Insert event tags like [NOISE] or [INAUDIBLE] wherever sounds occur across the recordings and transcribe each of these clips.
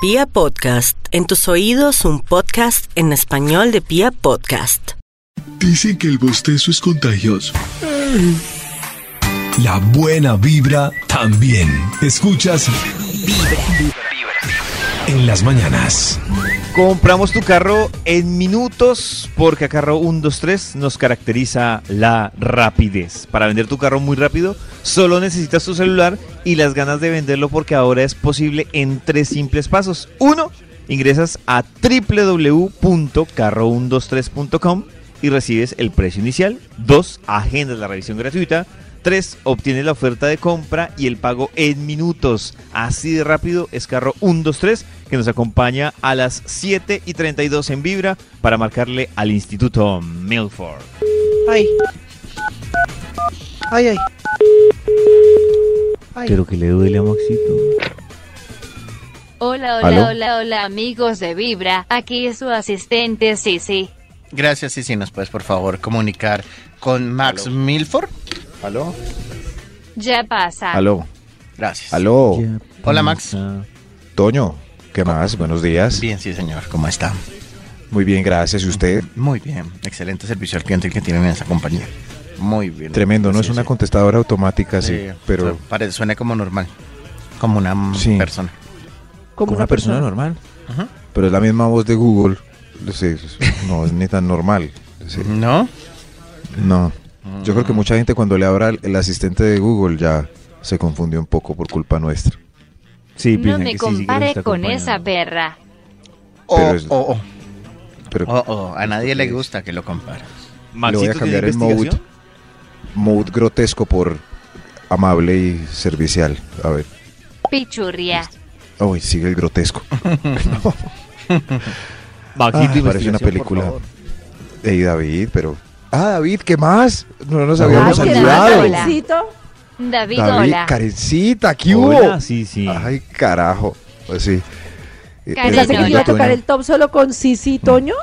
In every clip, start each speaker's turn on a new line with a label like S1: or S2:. S1: Pia Podcast, en tus oídos un podcast en español de Pia Podcast.
S2: Dicen que el bostezo es contagioso. La buena vibra también. Escuchas en las mañanas.
S3: Compramos tu carro en minutos porque a Carro 123 nos caracteriza la rapidez. Para vender tu carro muy rápido, solo necesitas tu celular y las ganas de venderlo porque ahora es posible en tres simples pasos. Uno, ingresas a www.carro123.com y recibes el precio inicial. Dos, agendas la revisión gratuita. 3. Obtienes la oferta de compra y el pago en minutos. Así de rápido es Carro 123 que nos acompaña a las 7 y 32 en Vibra para marcarle al Instituto Milford.
S4: Ay. Ay, ay. Ay.
S3: que le duele a Maxito.
S5: Hola, hola,
S3: ¿Aló?
S5: hola, hola amigos de Vibra, aquí es su asistente Sisi.
S6: Gracias y si nos puedes por favor comunicar con Max Milford.
S7: ¿Aló?
S5: Ya pasa.
S4: Ah.
S7: ¿Aló?
S6: Gracias.
S3: Oh.
S7: ¿Aló?
S6: Hola Max.
S7: Toño, ¿qué más? Buenos días.
S6: Bien, sí señor, ¿cómo está?
S7: Muy bien, gracias. ¿Y usted?
S6: Muy bien, excelente servicio al cliente el que tienen en esa compañía. Muy bien.
S7: Tremendo, no
S6: Sí,
S7: es una
S6: sí.
S7: contestadora automática,
S6: Sí,
S7: sí, pero...
S6: su- pare- suena como normal, como una mm,
S7: Sí.
S6: persona.
S4: Como una persona.
S7: normal.
S6: Ajá.
S7: Pero es la misma voz de Google. Sí, no es ni tan normal. sí.
S6: ¿No?
S7: No.
S6: Ah.
S7: Yo creo que mucha gente cuando le abra el asistente de Google ya se confundió un poco por culpa nuestra.
S3: Sí,
S5: no me compare con esa perra.
S6: O,
S7: Pero es-
S6: o, o,
S7: Pero
S6: o, o, oh, a nadie le gusta que lo compara.
S7: le voy a cambiar el mode, mode grotesco por amable y servicial. A ver.
S5: Pichurria.
S7: Uy, sigue
S6: [LAUGHS]
S7: el grotesco. Ah,
S3: Maxito,
S7: parece una película. Ey, David, pero. Ah, David, ¿qué más? No nos habíamos
S5: Ah,
S4: ¿qué
S5: qué
S7: saludado.
S5: hola.
S7: David,
S5: David, hola.
S7: Karencita, ¿qué
S3: Hola,
S7: hubo?
S3: sí, sí.
S7: Ay, carajo. Pues sí. Eh,
S5: Karen,
S4: ¿Ya se
S5: Hola.
S4: que iba a tocar el top solo con Sisi y Toño?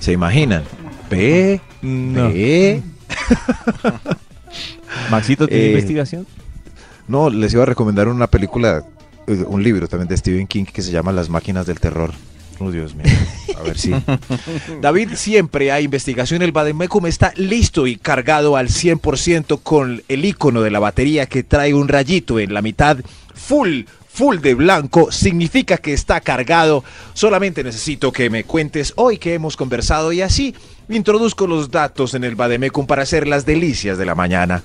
S7: ¿Se imaginan? P, Mm,
S3: No.
S7: P.
S3: Maxito, ¿tiene
S7: Eh,
S3: investigación?
S7: No, les iba a recomendar una película, eh, un libro también de Stephen King que se llama Las máquinas del terror. Oh, Dios mío. A ver [LAUGHS] si.
S8: David siempre hay investigación. El Bademecum está listo y cargado al 100% con el icono de la batería que trae un rayito en la mitad. Full, full de blanco. Significa que está cargado. Solamente necesito que me cuentes hoy que hemos conversado y así introduzco los datos en el Bademecum para hacer las delicias de la mañana.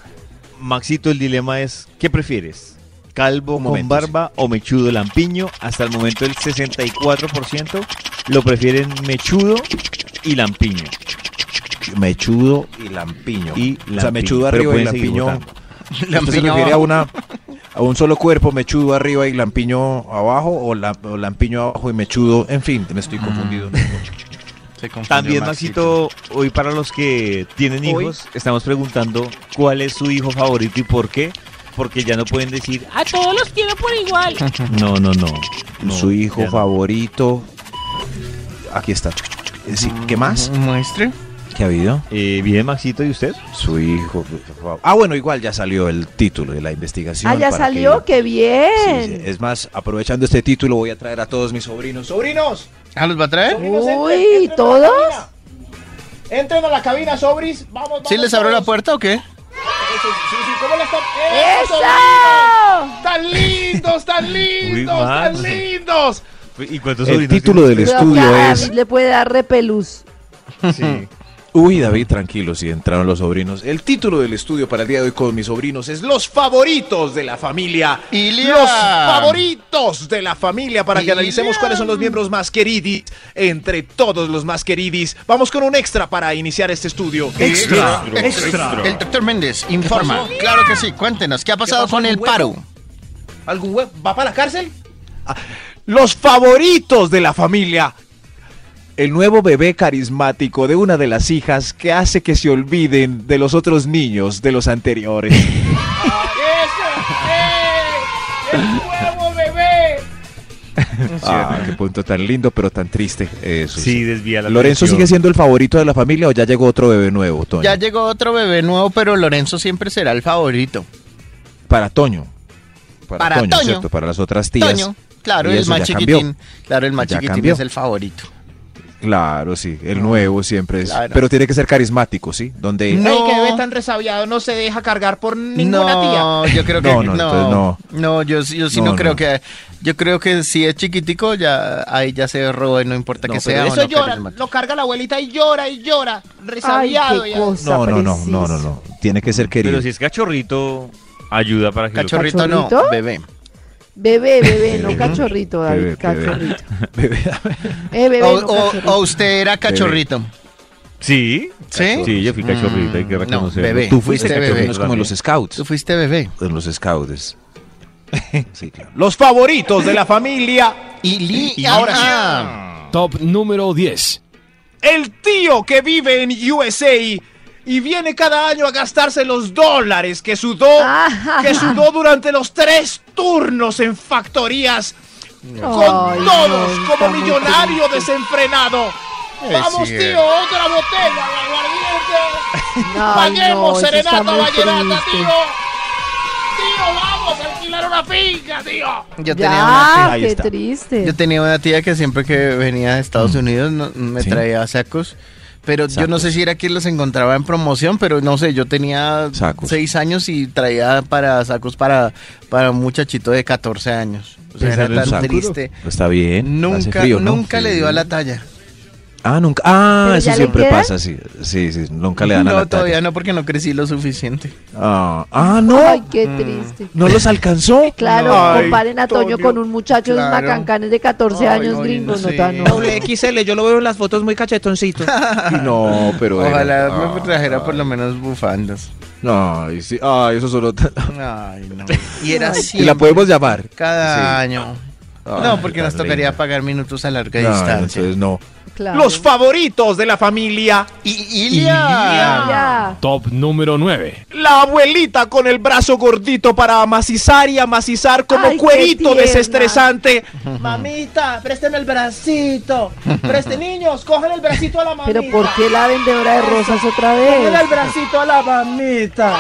S3: Maxito, el dilema es, ¿qué prefieres? ¿Calvo
S8: Un
S3: con
S8: momento,
S3: barba o mechudo lampiño? Hasta el momento el 64% lo prefieren mechudo y lampiño.
S7: Mechudo y lampiño.
S3: Y
S7: o sea,
S3: lampiño,
S7: mechudo
S3: pero
S7: arriba y
S3: pueden seguir
S7: lampiño. [LAUGHS]
S3: votando.
S7: ¿Usted se
S6: Lampiño
S7: refiere a,
S6: abajo.
S7: una, a un solo cuerpo, mechudo arriba y lampiño abajo? ¿O, la- o lampiño abajo y mechudo? En fin, me estoy confundido.
S6: Se confundió
S3: También, Maxito, hoy para los que tienen
S8: Hoy.
S3: hijos, estamos preguntando cuál es su hijo favorito y por qué. Porque ya no pueden decir, a todos los quiero por [LAUGHS] igual. No, no, no. no,
S7: Su hijo
S3: ya no.
S7: favorito. Aquí está. Sí, ¿Qué más?
S6: Muestre.
S7: ¿Qué ha habido?
S3: Eh, bien, Maxito, ¿y usted?
S7: Su hijo. Ah, bueno, igual ya salió el título de la investigación.
S4: Ah, ya
S7: para
S4: salió,
S7: que-
S4: qué bien.
S7: Sí, sí. Es más, aprovechando este título, voy a traer a todos mis sobrinos. ¡Sobrinos!
S6: ¿Ah, los va a traer?
S4: Uy, ¿todos?
S8: Entren a la cabina, sobris. Vamos,
S6: ¿Sí les abrió la puerta o qué?
S4: ¡Eso!
S8: ¡Tan lindos, tan
S3: lindos, tan Max.
S8: lindos!
S3: ¿Y cuántos
S7: El
S3: sobrinos
S7: título del
S4: Creo que
S7: estudio
S4: a
S7: es.
S4: David le puede dar repelús.
S3: tiene? Sí.
S7: Uy, David, tranquilo, si entraron los sobrinos.
S8: El título del estudio para el día de hoy con mis sobrinos es Los favoritos de la familia.
S6: Ilian.
S8: Los favoritos de la familia para que
S6: Ilian.
S8: analicemos cuáles son los miembros más queridis entre todos los más queridis. Vamos con un extra para iniciar este estudio.
S6: Extra, extra. El doctor Méndez informa. Claro que sí, cuéntenos, ¿qué ha pasado
S8: pasó
S6: con
S8: con
S6: el
S8: Hueco?
S6: paro?
S8: ¿Algún web va para la cárcel? Ah, los favoritos de la familia. El nuevo bebé carismático de una de las hijas que hace que se olviden de los otros niños de los anteriores.
S7: Ah, qué punto tan lindo, pero tan triste. eh, Eso
S3: Sí, desvía la
S7: Lorenzo
S3: atención.
S7: sigue siendo el favorito de la familia o ya llegó otro bebé nuevo, Toño.
S6: Ya llegó otro bebé nuevo, pero Lorenzo siempre será el favorito.
S7: Para Toño.
S6: Para Toño.
S7: ¿cierto? Para las otras tías.
S6: Toño. Claro,
S7: Y
S6: el
S7: eso
S6: más
S7: ya
S6: chiquitín.
S7: cambió.
S6: Claro, el más
S7: Ya
S6: chiquitín
S7: cambió.
S6: es el favorito.
S7: Claro, sí, el nuevo siempre es.
S6: Claro.
S7: Pero tiene que ser carismático, ¿sí? Donde
S6: No.
S9: El que ve tan resabiado no se deja cargar por ninguna tía.
S6: no, yo
S7: [LAUGHS]
S6: creo que
S7: No,
S6: no.
S7: no,
S6: No,
S7: entonces no.
S6: yo, yo sí
S7: No,
S6: no, creo
S7: no.
S6: que. Yo creo que si es chiquitico, ya ahí ya se roba y no importa
S8: No,
S6: que
S8: pero
S6: sea. o
S9: Eso
S6: no
S9: llora,
S6: carismático.
S9: lo carga la abuelita y llora y llora,
S4: Ay,
S9: resabiado.
S4: qué
S9: ya.
S4: cosa
S7: No, no, no, no,
S4: preciosa.
S7: no, no. Tiene que ser querido.
S3: Pero si es cachorrito, ayuda para que lo-
S6: Cachorrito, no,
S4: ¿Cachorrito?
S6: bebé.
S4: Bebé, bebé, no
S7: Bebé.
S4: cachorrito, David,
S7: Bebé, bebé.
S4: cachorrito.
S7: [LAUGHS] Bebé,
S4: Eh, bebé,
S6: O,
S4: no
S6: o-
S4: cachorrito.
S6: o usted era cachorrito.
S3: ¿Sí?
S6: ¿Sí?
S3: Sí, yo fui cachorrito, hay que
S6: Mm, ¿Eh? no,
S3: reconocerlo.
S6: bebé.
S7: Tú fuiste
S6: Usted
S7: cachorro,
S6: bebé.
S7: no es como los
S6: Tú
S7: scouts.
S6: fuiste bebé.
S7: En los [LAUGHS] scouts. Sí, claro.
S8: Los favoritos de la familia.
S6: Y Li,
S8: Y
S6: ahora sí.
S7: Ah,
S10: Top número 10.
S8: El tío que vive en USA y viene cada año a gastarse los dólares que sudó,
S4: Ah.
S8: que sudó durante los tres turnos en factorías con
S4: Ay, no,
S8: todos
S4: está
S8: como
S4: muy
S8: millonario desenfrenado.
S6: Eh,
S8: Vamos,
S6: sí, eh.
S8: tío, otra botella de aguardiente.
S4: Ay,
S8: Paguemos
S4: no, eso está
S8: serenata
S4: muy
S8: vallenata,
S4: triste.
S8: tío. Tío, vamos a alquilar una finca, tío.
S6: Yo tenía una tía.
S4: Ya,
S7: Ahí
S4: qué
S7: está. Mm.
S4: triste.
S6: Yo tenía una tía que siempre que venía de Estados Unidos no- me
S7: Sí.
S6: traía sacos. Pero yo no sé si era que los encontraba en promoción, pero no sé, yo tenía
S7: Sacos.
S6: seis años y traía para sacos para, para un muchachito de 14 años. O sea,
S7: Pensar en
S6: era
S7: un
S6: tan
S7: saco.
S6: triste.
S7: Está bien. hace
S6: Nunca,
S7: frío, ¿no?
S6: nunca
S7: Sí,
S6: le dio
S7: sí.
S6: a la talla.
S7: Ah, nunca. Ah,
S4: ¿Pero
S7: eso
S4: ya le
S7: siempre
S4: queda?
S7: pasa, sí. Sí, sí, nunca le dan a
S6: no,
S7: la
S6: todavía
S7: talla.
S6: no, porque no crecí lo suficiente.
S7: Ah, ah, no.
S4: Ay, qué triste.
S7: No los alcanzó.
S4: [LAUGHS] Claro,
S8: Ay,
S4: comparen a Toño
S8: Toño,
S4: con un muchacho de
S6: claro.
S4: macancanes de 14
S6: Ay,
S4: años
S6: oye,
S4: gringos,
S6: no
S4: no,
S6: sé.
S4: tan- no.
S9: Doble XL, yo lo veo en las fotos muy cachetoncito.
S7: No, pero. era-
S6: Ojalá
S7: Ah,
S6: me trajera por lo menos bufandas.
S7: No, ay, sí. Ay, eso solo.
S6: Ay, no. Y era
S7: Y
S6: así.
S7: la [LAUGHS] podemos llamar.
S6: Cada
S7: Sí.
S6: año.
S7: Ay,
S6: no, porque nos
S7: tan
S6: tocaría
S7: linda.
S6: pagar minutos a larga
S7: No,
S6: distancia.
S7: Ah, entonces no.
S4: Claro.
S8: [LAUGHS] Los favoritos de la familia.
S6: Y Ilia.
S4: Ya.
S10: Top número 9.
S8: La abuelita con el brazo gordito para amacizar y amacizar como
S4: Ay, qué
S8: cuerito
S4: tierna.
S8: desestresante.
S9: Mamita, présteme el bracito. Preste niños, cojan el bracito a la mamita.
S4: Pero ¿por qué la vendedora de rosas otra
S9: Cojan el
S4: vez?
S9: bracito a la mamita.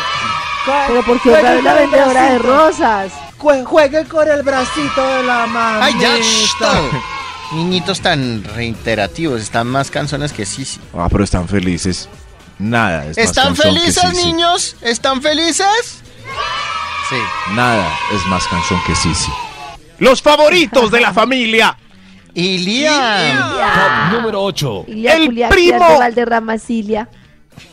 S9: Co-
S4: Pero ¿por qué otra vez
S9: jueguen
S4: la
S9: con el
S4: vendedora de
S9: bracito.
S4: rosas?
S9: Jue- Jueguen con el bracito de la mamita.
S6: Ay, ya. shh, todo. Niñitos tan reiterativos, están más canzones que Sisi.
S7: Ah, pero están felices. Nada. es más
S6: ¿Están
S7: canción que
S6: felices,
S7: sí, sí.
S6: niños? ¿Están felices? Sí.
S7: Nada es más canción que sí, sí.
S8: Los favoritos de la familia.
S6: Ilia.
S10: Top número 8.
S4: Y ya
S8: El
S4: Julia
S8: primo.
S4: Quiarte Valderrama Cilia.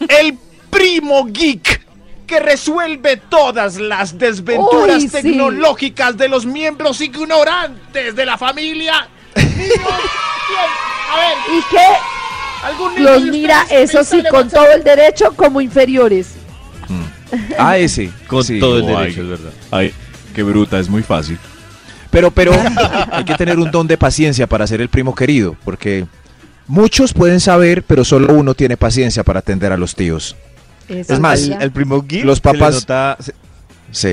S8: El primo geek que resuelve todas las desventuras
S4: Uy, sí.
S8: tecnológicas de los miembros ignorantes de la familia. Niños, ¿quién? A ver,
S4: Y que
S8: algún niño
S4: los
S8: de
S4: mira,
S8: ustedes
S4: eso sí,
S8: píntale
S4: con
S8: WhatsApp.
S4: todo el derecho, como inferiores.
S7: Ah, ese.
S3: Con
S7: Sí.
S3: todo el
S7: Ay,
S3: derecho, es verdad.
S7: Ay, qué bruta, es muy fácil. Pero, pero hay que tener un don de paciencia para ser el primo querido, porque muchos pueden saber, pero solo uno tiene paciencia para atender a los tíos.
S4: Eso
S3: Es más,
S4: sí.
S3: el primo Gil
S7: Los
S3: se, le
S7: papás-
S3: nota, se,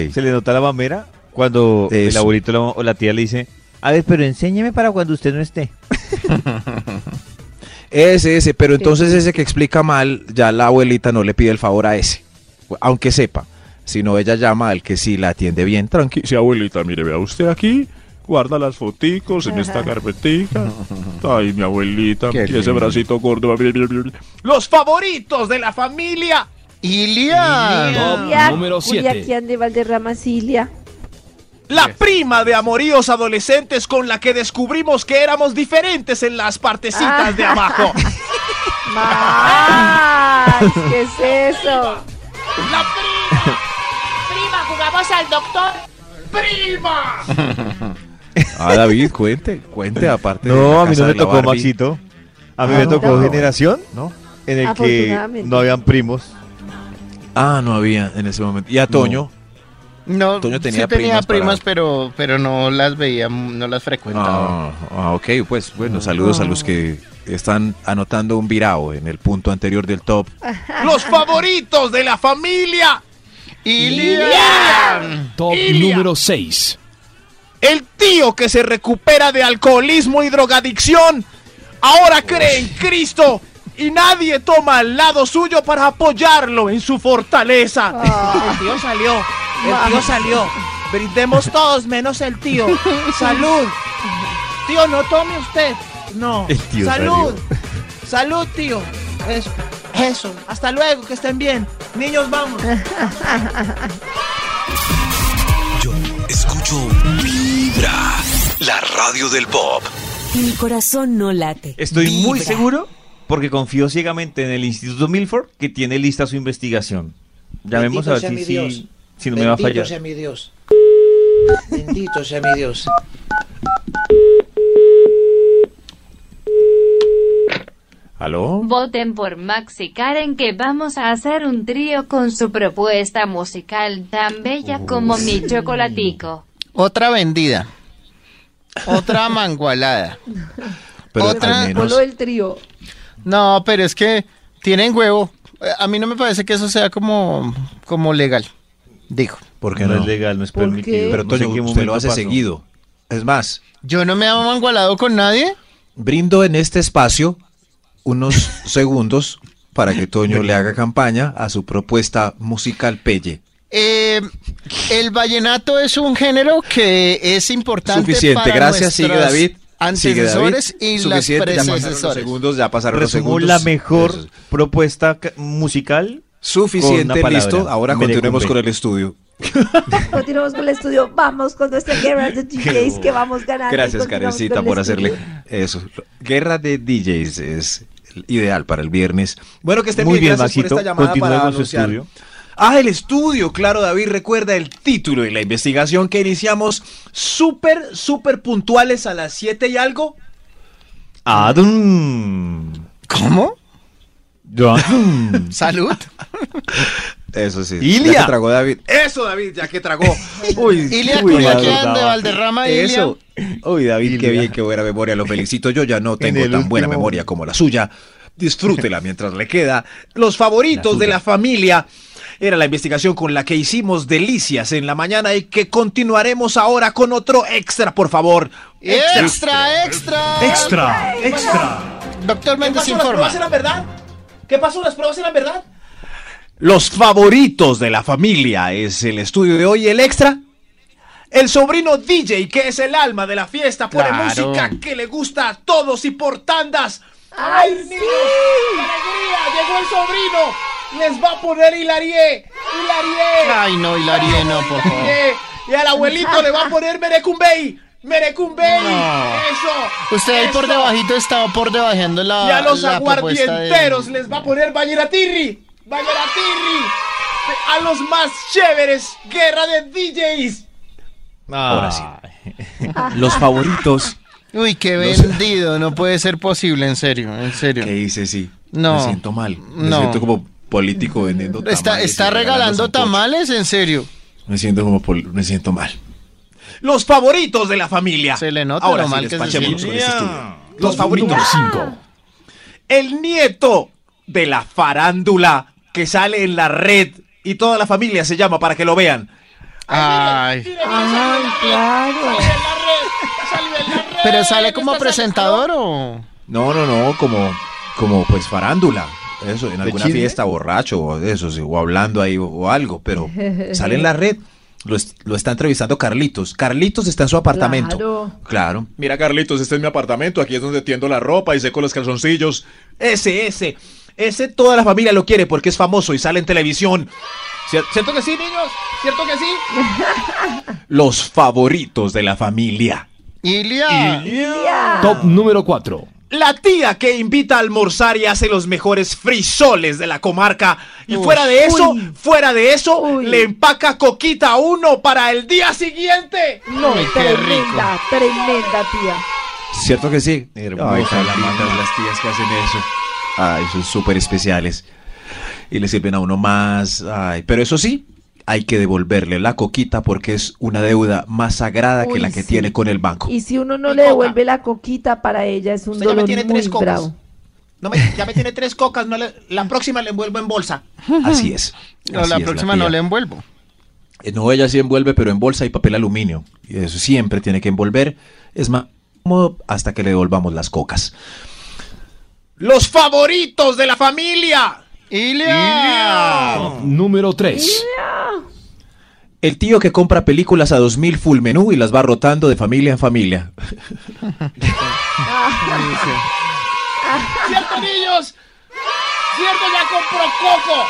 S7: Sí.
S3: se le nota la mamera cuando el
S7: Eso.
S3: abuelito la- o la tía le dice, a ver, pero enséñeme para cuando usted no esté.
S7: Ese, ese, pero entonces ese que explica mal, ya la abuelita no le pide el favor a ese, aunque sepa, sino ella llama al que sí la atiende bien, tranquilo.
S10: Sí, abuelita, mire, vea usted aquí. Guarda las foticos en esta
S4: [LAUGHS]
S10: carpetica. Ay, mi abuelita.
S6: Qué
S10: Y ese
S6: lindo.
S10: bracito gordo.
S8: Los favoritos de la familia.
S6: Ilia.
S4: Julia-
S10: Ah, Número
S4: Julia
S10: siete.
S4: Quiarte Valderrama Cilia.
S8: La prima de amoríos adolescentes con la que descubrimos que éramos diferentes en las partecitas de abajo.
S4: Max, ¿qué es eso?
S9: Prima, jugamos al doctor. Prima.
S7: Ah, David, cuente, cuente aparte. de
S3: No,
S7: la
S3: a mí
S7: casa
S3: no
S7: de
S3: me
S7: la
S3: tocó
S7: Barbie.
S3: Maxito. A mí
S7: Ah,
S3: me
S7: no.
S3: tocó
S4: No.
S3: generación
S7: ¿No?
S3: en el que
S4: Afortunadamente.
S3: no habían primos.
S7: Ah, no había en ese momento. ¿Y a Toño?
S6: No,
S7: Toño tenía
S6: sí tenía
S7: primas
S6: primas,
S7: para-
S6: pero, pero no las veía, no las frecuentaba.
S7: Ah, ah, ok, pues bueno, saludos a los que están anotando un virao en el punto anterior del top.
S8: Los favoritos de la familia.
S6: Ilia.
S10: Top
S8: Ilia.
S10: número 6.
S8: El tío que se recupera de alcoholismo y drogadicción ahora cree en Cristo y nadie toma al lado suyo para apoyarlo en su fortaleza.
S9: Ah, El tío salió. El tío salió. Brindemos todos menos el
S8: [LAUGHS]
S9: tío. Salud. Tío, no tome usted. No.
S3: El tío
S9: Salud. Salud, tío. Eso. Eso. Hasta luego, que estén bien. Niños, vamos.
S2: Yo escucho Vibra, la radio del pop.
S1: Mi corazón no late.
S3: Estoy muy
S1: Vibra.
S3: seguro porque confío ciegamente en el Instituto Milford que tiene lista su investigación. Llamemos
S11: Bendito
S3: a ver
S11: sea
S3: si,
S11: mi
S3: si,
S11: Dios.
S3: si no me va a
S11: Bendito
S3: fallar.
S11: sea mi Dios. Bendito sea mi Dios.
S10: ¿Aló?
S5: Voten por Max y Karen que vamos a hacer un trío con su propuesta musical tan bella como mi chocolatico.
S6: Otra vendida. Otra mangualada.
S7: Pero
S6: Otra-
S7: al
S4: O
S7: menos.
S4: lo del trío. [LAUGHS]
S6: No, pero es que tienen huevo. Eh, A mí no me parece que eso sea como, como legal. Digo.
S7: ¿Por qué
S3: No,
S7: no?
S3: es legal, no es
S4: ¿Por qué?
S3: permitido.
S7: Pero
S3: no sé
S7: Toño,
S3: en qué
S7: usted
S3: momento
S7: lo hace
S3: pasó.
S7: seguido. Es más,
S6: Yo no me he mangualado con nadie.
S7: brindo en este espacio unos segundos para que Toño le haga campaña a su propuesta musical Pelle.
S6: Eh, el vallenato es un género que es importante
S7: Suficiente,
S6: para
S7: gracias. Sigue
S6: nuestros
S7: David. Sigue David.
S6: antecesores y las
S7: Suficiente, ya pasaron los
S6: predecesores.
S7: segundos, ya pasaron los
S3: Resumo
S7: segundos.
S3: la mejor
S7: Eso es.
S3: propuesta ca- musical. Con una
S7: Suficiente,
S3: palabra.
S7: listo. Ahora
S3: Me le
S7: continuemos
S3: cumplí.
S7: con el estudio.
S4: Continuamos con el estudio. Vamos con nuestra guerra de DJs que vamos ganando. y
S7: Gracias,
S4: continuamos
S7: Karencita,
S4: con el
S7: por
S4: estudio.
S7: hacerle eso. Guerra de DJs es ideal para el viernes. Bueno, que estén
S3: Muy bien,
S7: Gracias
S3: Maxito.
S7: por esta llamada
S3: Continuemos
S7: para
S3: con su
S7: anunciar.
S3: estudio.
S7: Ah, el estudio, claro, David, recuerda el título y la investigación que iniciamos.
S9: Súper, súper puntuales a las 7 y algo.
S3: Adum.
S6: ¿Cómo?
S3: Adum.
S6: Salud.
S7: Eso sí.
S3: Ilia.
S7: Ya que tragó David. Eso, David, ya que tragó. Uy,
S6: [LAUGHS] Ilia
S7: uy,
S6: Culiacán
S7: David.
S6: de Valderrama, Ilia.
S7: Eso. Uy, David, qué bien, qué buena memoria. Lo felicito. Yo ya no tengo
S3: el
S7: tan buena
S3: último-
S7: memoria como la suya. Disfrútela mientras le queda. Los favoritos de la familia. Era la investigación con la que hicimos delicias en la mañana y que continuaremos ahora con otro extra, por favor.
S6: Extra, extra.
S10: Extra, extra.
S6: Doctor
S9: ¿Qué
S6: Méndez
S9: pasó? ¿Las
S6: informa.
S9: pruebas eran verdad? ¿Qué pasó? ¿Las pruebas eran verdad?
S7: Los favoritos de la familia es el estudio de hoy. El extra.
S9: El sobrino DJ, que es el alma de la fiesta, pone
S6: Claro.
S9: música que le gusta a todos y por tandas.
S4: ¡Ay,
S9: niños! ¡Qué ¡Alegría! ¡Llegó el sobrino! ¡Les va a poner hilarie! ¡Hilarie!
S6: Ay, no, Hilarie, no, por
S9: [LAUGHS]
S6: favor.
S9: ¡Hilarie! Y al abuelito le va a poner Merecumbey. Merecumbey.
S6: No.
S3: Ah.
S9: Eso.
S6: Usted ahí por
S9: eso.
S6: debajito estaba por debajando la.
S9: Y a los
S6: la propuesta de-
S9: aguardienteros les va a poner Bañeratirri. Bañeratirri. A los más chéveres. Guerra de DJs.
S6: Ah.
S3: Ahora sí.
S7: Los favoritos.
S6: Uy, qué vendido. No puede ser posible, en serio, en serio.
S7: ¿Qué hice? Sí.
S6: No.
S7: Me siento mal. Me
S6: No.
S7: siento como político vendiendo tamales.
S6: Está, está
S7: y
S6: regalando
S7: sancocho.
S6: tamales, en serio.
S7: Me siento como pol- me siento mal.
S9: Los favoritos de la familia.
S6: Se le nota
S7: Ahora
S6: lo
S7: sí,
S6: mal que se
S7: despachémonos
S6: siente.
S7: con este estudio.
S9: Los favoritos. El nieto de la farándula que sale en la red y toda la familia se llama para que lo vean.
S6: Ay.
S4: Ay, claro.
S6: Pero sale como presentador o.
S7: No, no, no, como, como pues farándula. Eso, en alguna
S3: chisme?
S7: fiesta, borracho, o eso, sí, o hablando ahí, o, o algo, pero sale en la red. Lo, es- lo está entrevistando Carlitos. Carlitos está en su apartamento.
S4: Claro.
S7: Claro.
S10: Mira, Carlitos, este es mi apartamento. Aquí es donde tiendo la ropa y seco los calzoncillos.
S9: Ese, ese. Ese toda la familia lo quiere porque es famoso y sale en televisión. Cier- ¿Cierto que sí, niños? ¿Cierto que sí?
S7: Los favoritos de la familia.
S6: Ilia.
S2: Top número 4.
S9: La tía que invita a almorzar y hace los mejores frisoles de la comarca. Y fuera de eso, fuera de eso,
S4: Uy.
S9: le empaca coquita a uno para el día siguiente.
S4: No,
S6: Uy, qué
S4: tremenda, tremenda tía.
S7: ¿Cierto que sí? Ay, Carlitos, las
S3: tías que hacen eso.
S7: Ay, son súper especiales. Y le sirven a uno más. Ay, pero eso sí, hay que devolverle la coquita porque es una deuda más sagrada que
S4: Uy,
S7: la que
S4: sí.
S7: tiene con el banco.
S4: Y si uno no
S9: Mi
S4: le
S9: coca.
S4: devuelve la coquita para ella, es un
S9: Usted ya me
S4: dolor
S9: tiene
S4: muy
S9: tres cocas.
S4: bravo.
S9: No me- ya me tiene tres cocas, no le- la próxima le envuelvo en bolsa.
S7: Así es.
S6: No,
S7: así
S6: la
S7: es,
S6: próxima
S7: tía.
S6: no le envuelvo.
S7: Eh, No, ella sí envuelve, pero en bolsa y papel aluminio. Y eso siempre tiene que envolver. Es más cómodo hasta que le devolvamos las cocas.
S9: Los favoritos de la familia.
S6: Ilia.
S2: Número 3.
S7: El tío que compra películas a 2000 full menú y las va rotando de familia en familia.
S12: ¡Cierto, niños! ¡Cierto, ya compró Coco!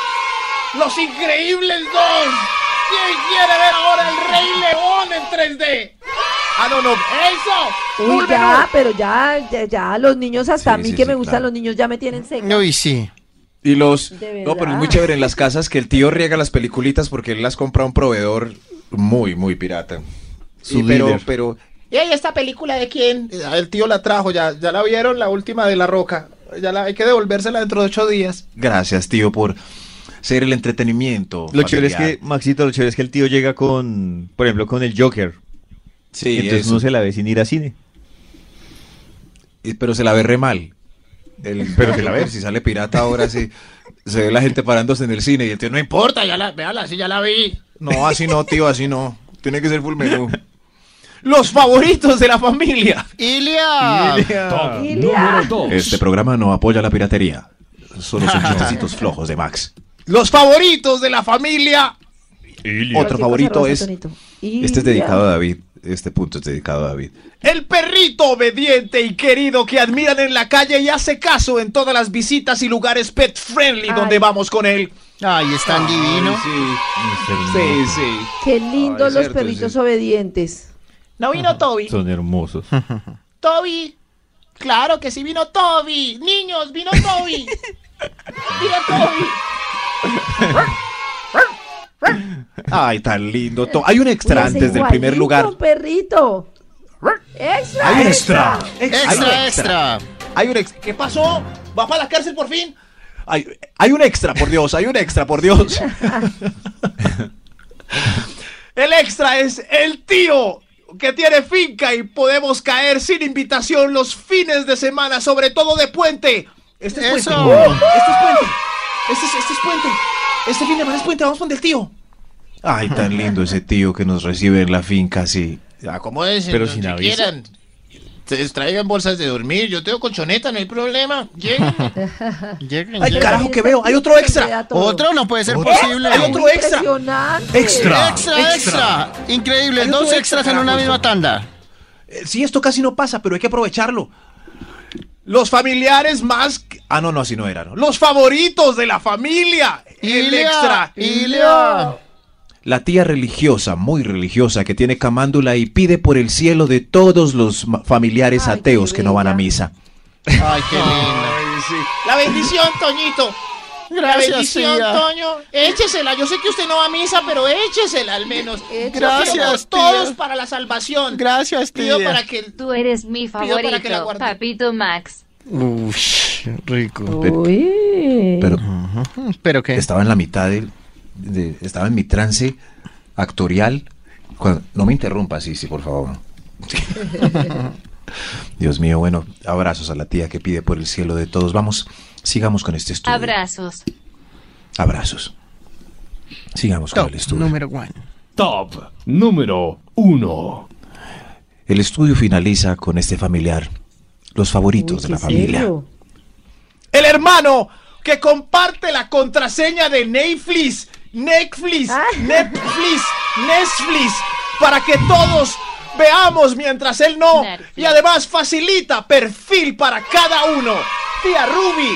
S12: ¡Los Increíbles 2! ¿Quién quiere ver ahora el Rey León en 3D?
S7: Ah, no, no.
S12: ¡Eso!
S4: Uy, ya, pero ya, ya, ya, los niños, hasta a mí que me gustan los niños, ya me tienen seca.
S6: No, y sí.
S7: Y los...
S4: ¿De
S7: No, pero es
S4: verdad?
S7: muy chévere en las casas que el tío riega las peliculitas porque él las compra a un proveedor muy, muy pirata.
S3: Su
S7: Y pero,
S3: dealer.
S7: pero...
S12: ¿Y ahí esta película de quién? Eh, El tío la trajo, ya, ya la vieron, la última de La Roca. Ya la, hay que devolvérsela dentro de ocho días.
S7: Gracias, tío, por ser el entretenimiento.
S3: Lo chévere es
S7: familiar.
S3: que, Maxito, lo chévere es que el tío llega con, por ejemplo, con el Joker.
S7: Sí,
S3: entonces
S7: eso.
S3: uno se la ve sin ir a cine.
S7: Y- Pero se la ve re mal. El- [LAUGHS] pero se la ve. Si sale pirata ahora, sí. Se ve la gente parándose en el cine y el tío, no importa.
S12: Puta, ya la, véala, sí, ya la vi.
S7: No, así no, tío, así no. Tiene que ser full menú.
S9: Los favoritos de la familia.
S6: ¡Ilia!
S4: Ilia.
S7: Este programa no apoya la piratería. Solo son chistecitos flojos de Max.
S9: Los favoritos de la familia.
S7: Otro favorito es. Este es dedicado a
S4: a...
S7: David. Este punto es dedicado a David.
S9: El perrito obediente y querido que admiran en la calle y hace caso en todas las visitas y lugares pet friendly
S4: Ay.
S9: donde vamos con él.
S6: Ay, es tan divino.
S9: Sí, sí.
S4: Qué lindos los perritos obedientes.
S12: No vino Toby.
S3: Son hermosos.
S12: Toby. Claro que sí vino Toby. Niños, vino
S9: [LAUGHS]
S12: Toby. Vino Toby.
S7: Ay, tan lindo. to- Hay un
S4: Uy,
S7: extra
S4: es
S7: antes del primer
S4: igualito,
S7: lugar.
S4: perrito! ¡Extra! ¡Extra!
S6: Extra, extra.
S7: Hay un extra.
S12: ¿Qué pasó? ¿Va para la cárcel por fin?
S7: Hay, hay un extra, por Dios, hay un extra, por Dios.
S9: [LAUGHS] El extra es el tío que tiene finca y podemos caer sin invitación los fines de semana, sobre todo de puente. Este es puente.
S6: Eso.
S9: Este es puente. Este es, este es puente. Este fin de semana es puente. Vamos con el tío.
S7: Ay, tan lindo ese tío que nos recibe en la finca, sí.
S9: Ah,
S12: Acomódense
S3: Pero
S12: donde
S3: sin aviso.
S12: quieran. Se distraigan bolsas de dormir. Yo tengo colchoneta, no hay problema. Lleguen.
S6: Lleguen,
S9: Ay,
S6: lleguen.
S9: carajo, que veo. Hay otro extra.
S6: Otro no puede ser posible.
S9: Hay otro extra.
S4: Impresionante.
S9: Extra.
S6: Extra, extra. Increíble.
S9: Hay
S6: Dos
S9: otro
S6: extras
S9: extra,
S6: en una
S9: carajo.
S6: misma tanda.
S9: Eh, Sí, esto casi no pasa, pero hay que aprovecharlo. Los familiares más. que- Ah, no, no, así no era. ¿no? Los favoritos de la familia. El
S6: Ilia,
S9: extra.
S6: Ilia.
S7: La tía religiosa, muy religiosa, que tiene camándula y pide por el cielo de todos los ma- familiares
S4: Ay,
S7: ateos
S4: qué
S7: que no van a
S4: bella.
S7: misa.
S6: Ay, qué lindo.
S12: La bendición, Toñito. La
S6: Gracias,
S12: bendición,
S6: tía.
S12: Toño. Échesela. Yo sé que usted no va a misa, pero échesela al menos.
S6: Eh, Gracias,
S12: Pido por
S6: tía.
S12: todos para la salvación.
S6: Gracias,
S12: Pido
S6: tía.
S12: para que
S5: Tú eres mi
S12: para que la
S5: favorito,
S12: guarde.
S5: papito Max.
S6: Uy, rico.
S4: Uy.
S7: Pero
S6: ¿Pero qué?
S7: estaba en la mitad del. de- estaba en mi trance actorial. cuando- no me interrumpa, sí, sí, por favor. Dios mío, bueno, abrazos a la tía que pide por el cielo de todos. Vamos, sigamos con este estudio.
S5: Abrazos.
S7: Abrazos. Sigamos con
S6: Top
S7: el estudio.
S6: número one.
S2: Top número 1.
S7: El estudio finaliza con este familiar, los favoritos de la familia.
S9: El hermano que comparte la contraseña de Netflix. Netflix.
S4: Ah.
S9: Netflix. Netflix. Para que todos veamos mientras él no.
S5: Netflix.
S9: Y además facilita perfil para cada uno. Tía Ruby.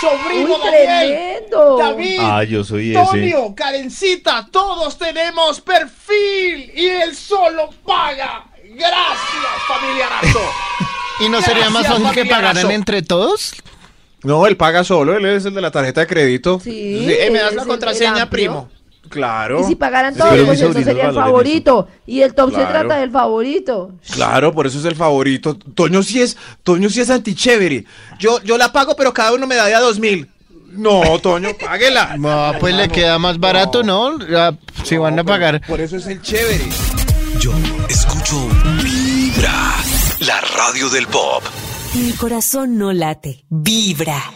S9: Sobrino
S4: Uy,
S9: Daniel.
S4: tremendo.
S9: David.
S3: Ah, yo soy ese.
S9: Antonio, Karencita, todos tenemos perfil y él solo paga. Gracias, familiarazo.
S6: ¿Y no sería más
S9: Gracias,
S6: fácil que
S9: familiarazo.
S6: pagaran entre todos?
S7: No, él paga solo, él es el de la tarjeta de crédito.
S4: Sí,
S12: Eh, me das
S4: es
S12: la
S4: el- el
S12: contraseña,
S4: amplio.
S12: primo.
S7: Claro.
S4: Y si pagaran
S3: Sí,
S4: todos,
S3: pero
S4: pues
S3: mis
S4: entonces
S3: sobrinos
S4: sería el
S3: valoran
S4: favorito. Y el top se
S7: Claro.
S4: trata del favorito.
S7: Claro, por eso es el favorito. Toño sí es, Toño sí es antichévere.
S9: Yo, yo la pago, pero cada uno me daría dos mil.
S7: No, Toño, páguela.
S6: No, pues le queda más barato, ¿no? Ya, Si van a pagar.
S7: Por eso es el chévere.
S2: Yo escucho Vibra, la radio del pop.
S1: Mi corazón no late, vibra.